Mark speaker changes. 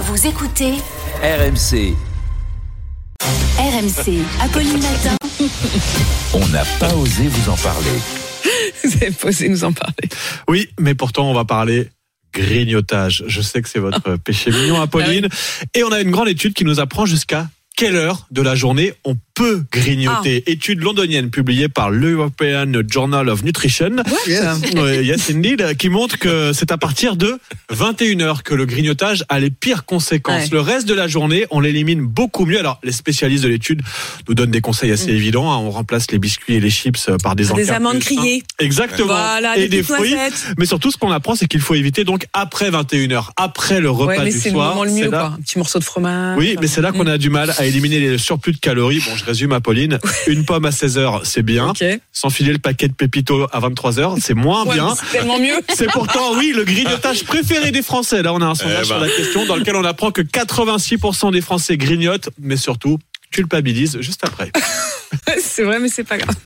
Speaker 1: Vous écoutez
Speaker 2: RMC,
Speaker 1: RMC, Apolline Matin.
Speaker 2: on n'a pas osé vous en parler.
Speaker 3: Vous avez posé nous en parler.
Speaker 4: Oui, mais pourtant, on va parler grignotage. Je sais que c'est votre péché mignon,
Speaker 3: Ah
Speaker 4: Apolline. Et on a une grande étude qui nous apprend jusqu'à quelle heure de la journée on peut grignoter.
Speaker 3: Ah.
Speaker 4: Étude londonienne publiée par l'European Journal of Nutrition. Euh, Oui, yes, indeed, qui montre que c'est à partir de 21h que le grignotage a les pires conséquences.
Speaker 3: Ouais.
Speaker 4: Le reste de la journée, on l'élimine beaucoup mieux. Alors, les spécialistes de l'étude nous donnent des conseils assez évidents. hein. On remplace les biscuits et les chips euh, par des
Speaker 3: Mm. Des
Speaker 4: encas
Speaker 3: amandes
Speaker 4: plus sains.
Speaker 3: grillées.
Speaker 4: Exactement.
Speaker 3: Voilà, des
Speaker 4: et des
Speaker 3: petites
Speaker 4: fruits.
Speaker 3: noisettes.
Speaker 4: Mais surtout, ce qu'on apprend, c'est qu'il faut éviter donc après 21h, après le repas
Speaker 3: Ouais, mais
Speaker 4: du
Speaker 3: c'est le
Speaker 4: soir.
Speaker 3: moment le
Speaker 4: c'est
Speaker 3: mieux,
Speaker 4: là-
Speaker 3: quoi. Hein, Un petit morceau de fromage. Mm.
Speaker 4: Oui, mais c'est là qu'on a du mal à éliminer les surplus de calories. Bon, je résume, Apolline. Une pomme à 16h, c'est bien.
Speaker 3: Ok. Ouais,
Speaker 4: S'enfiler le paquet de Pépito à 23h, c'est moins
Speaker 3: mais
Speaker 4: bien.
Speaker 3: c'est tellement mieux.
Speaker 4: C'est pourtant, oui, le grignotage préféré des Français. Là, on a un sondage sur la question dans lequel on apprend que 86% des Français grignotent, mais surtout culpabilisent juste après.
Speaker 3: c'est vrai, mais c'est pas grave.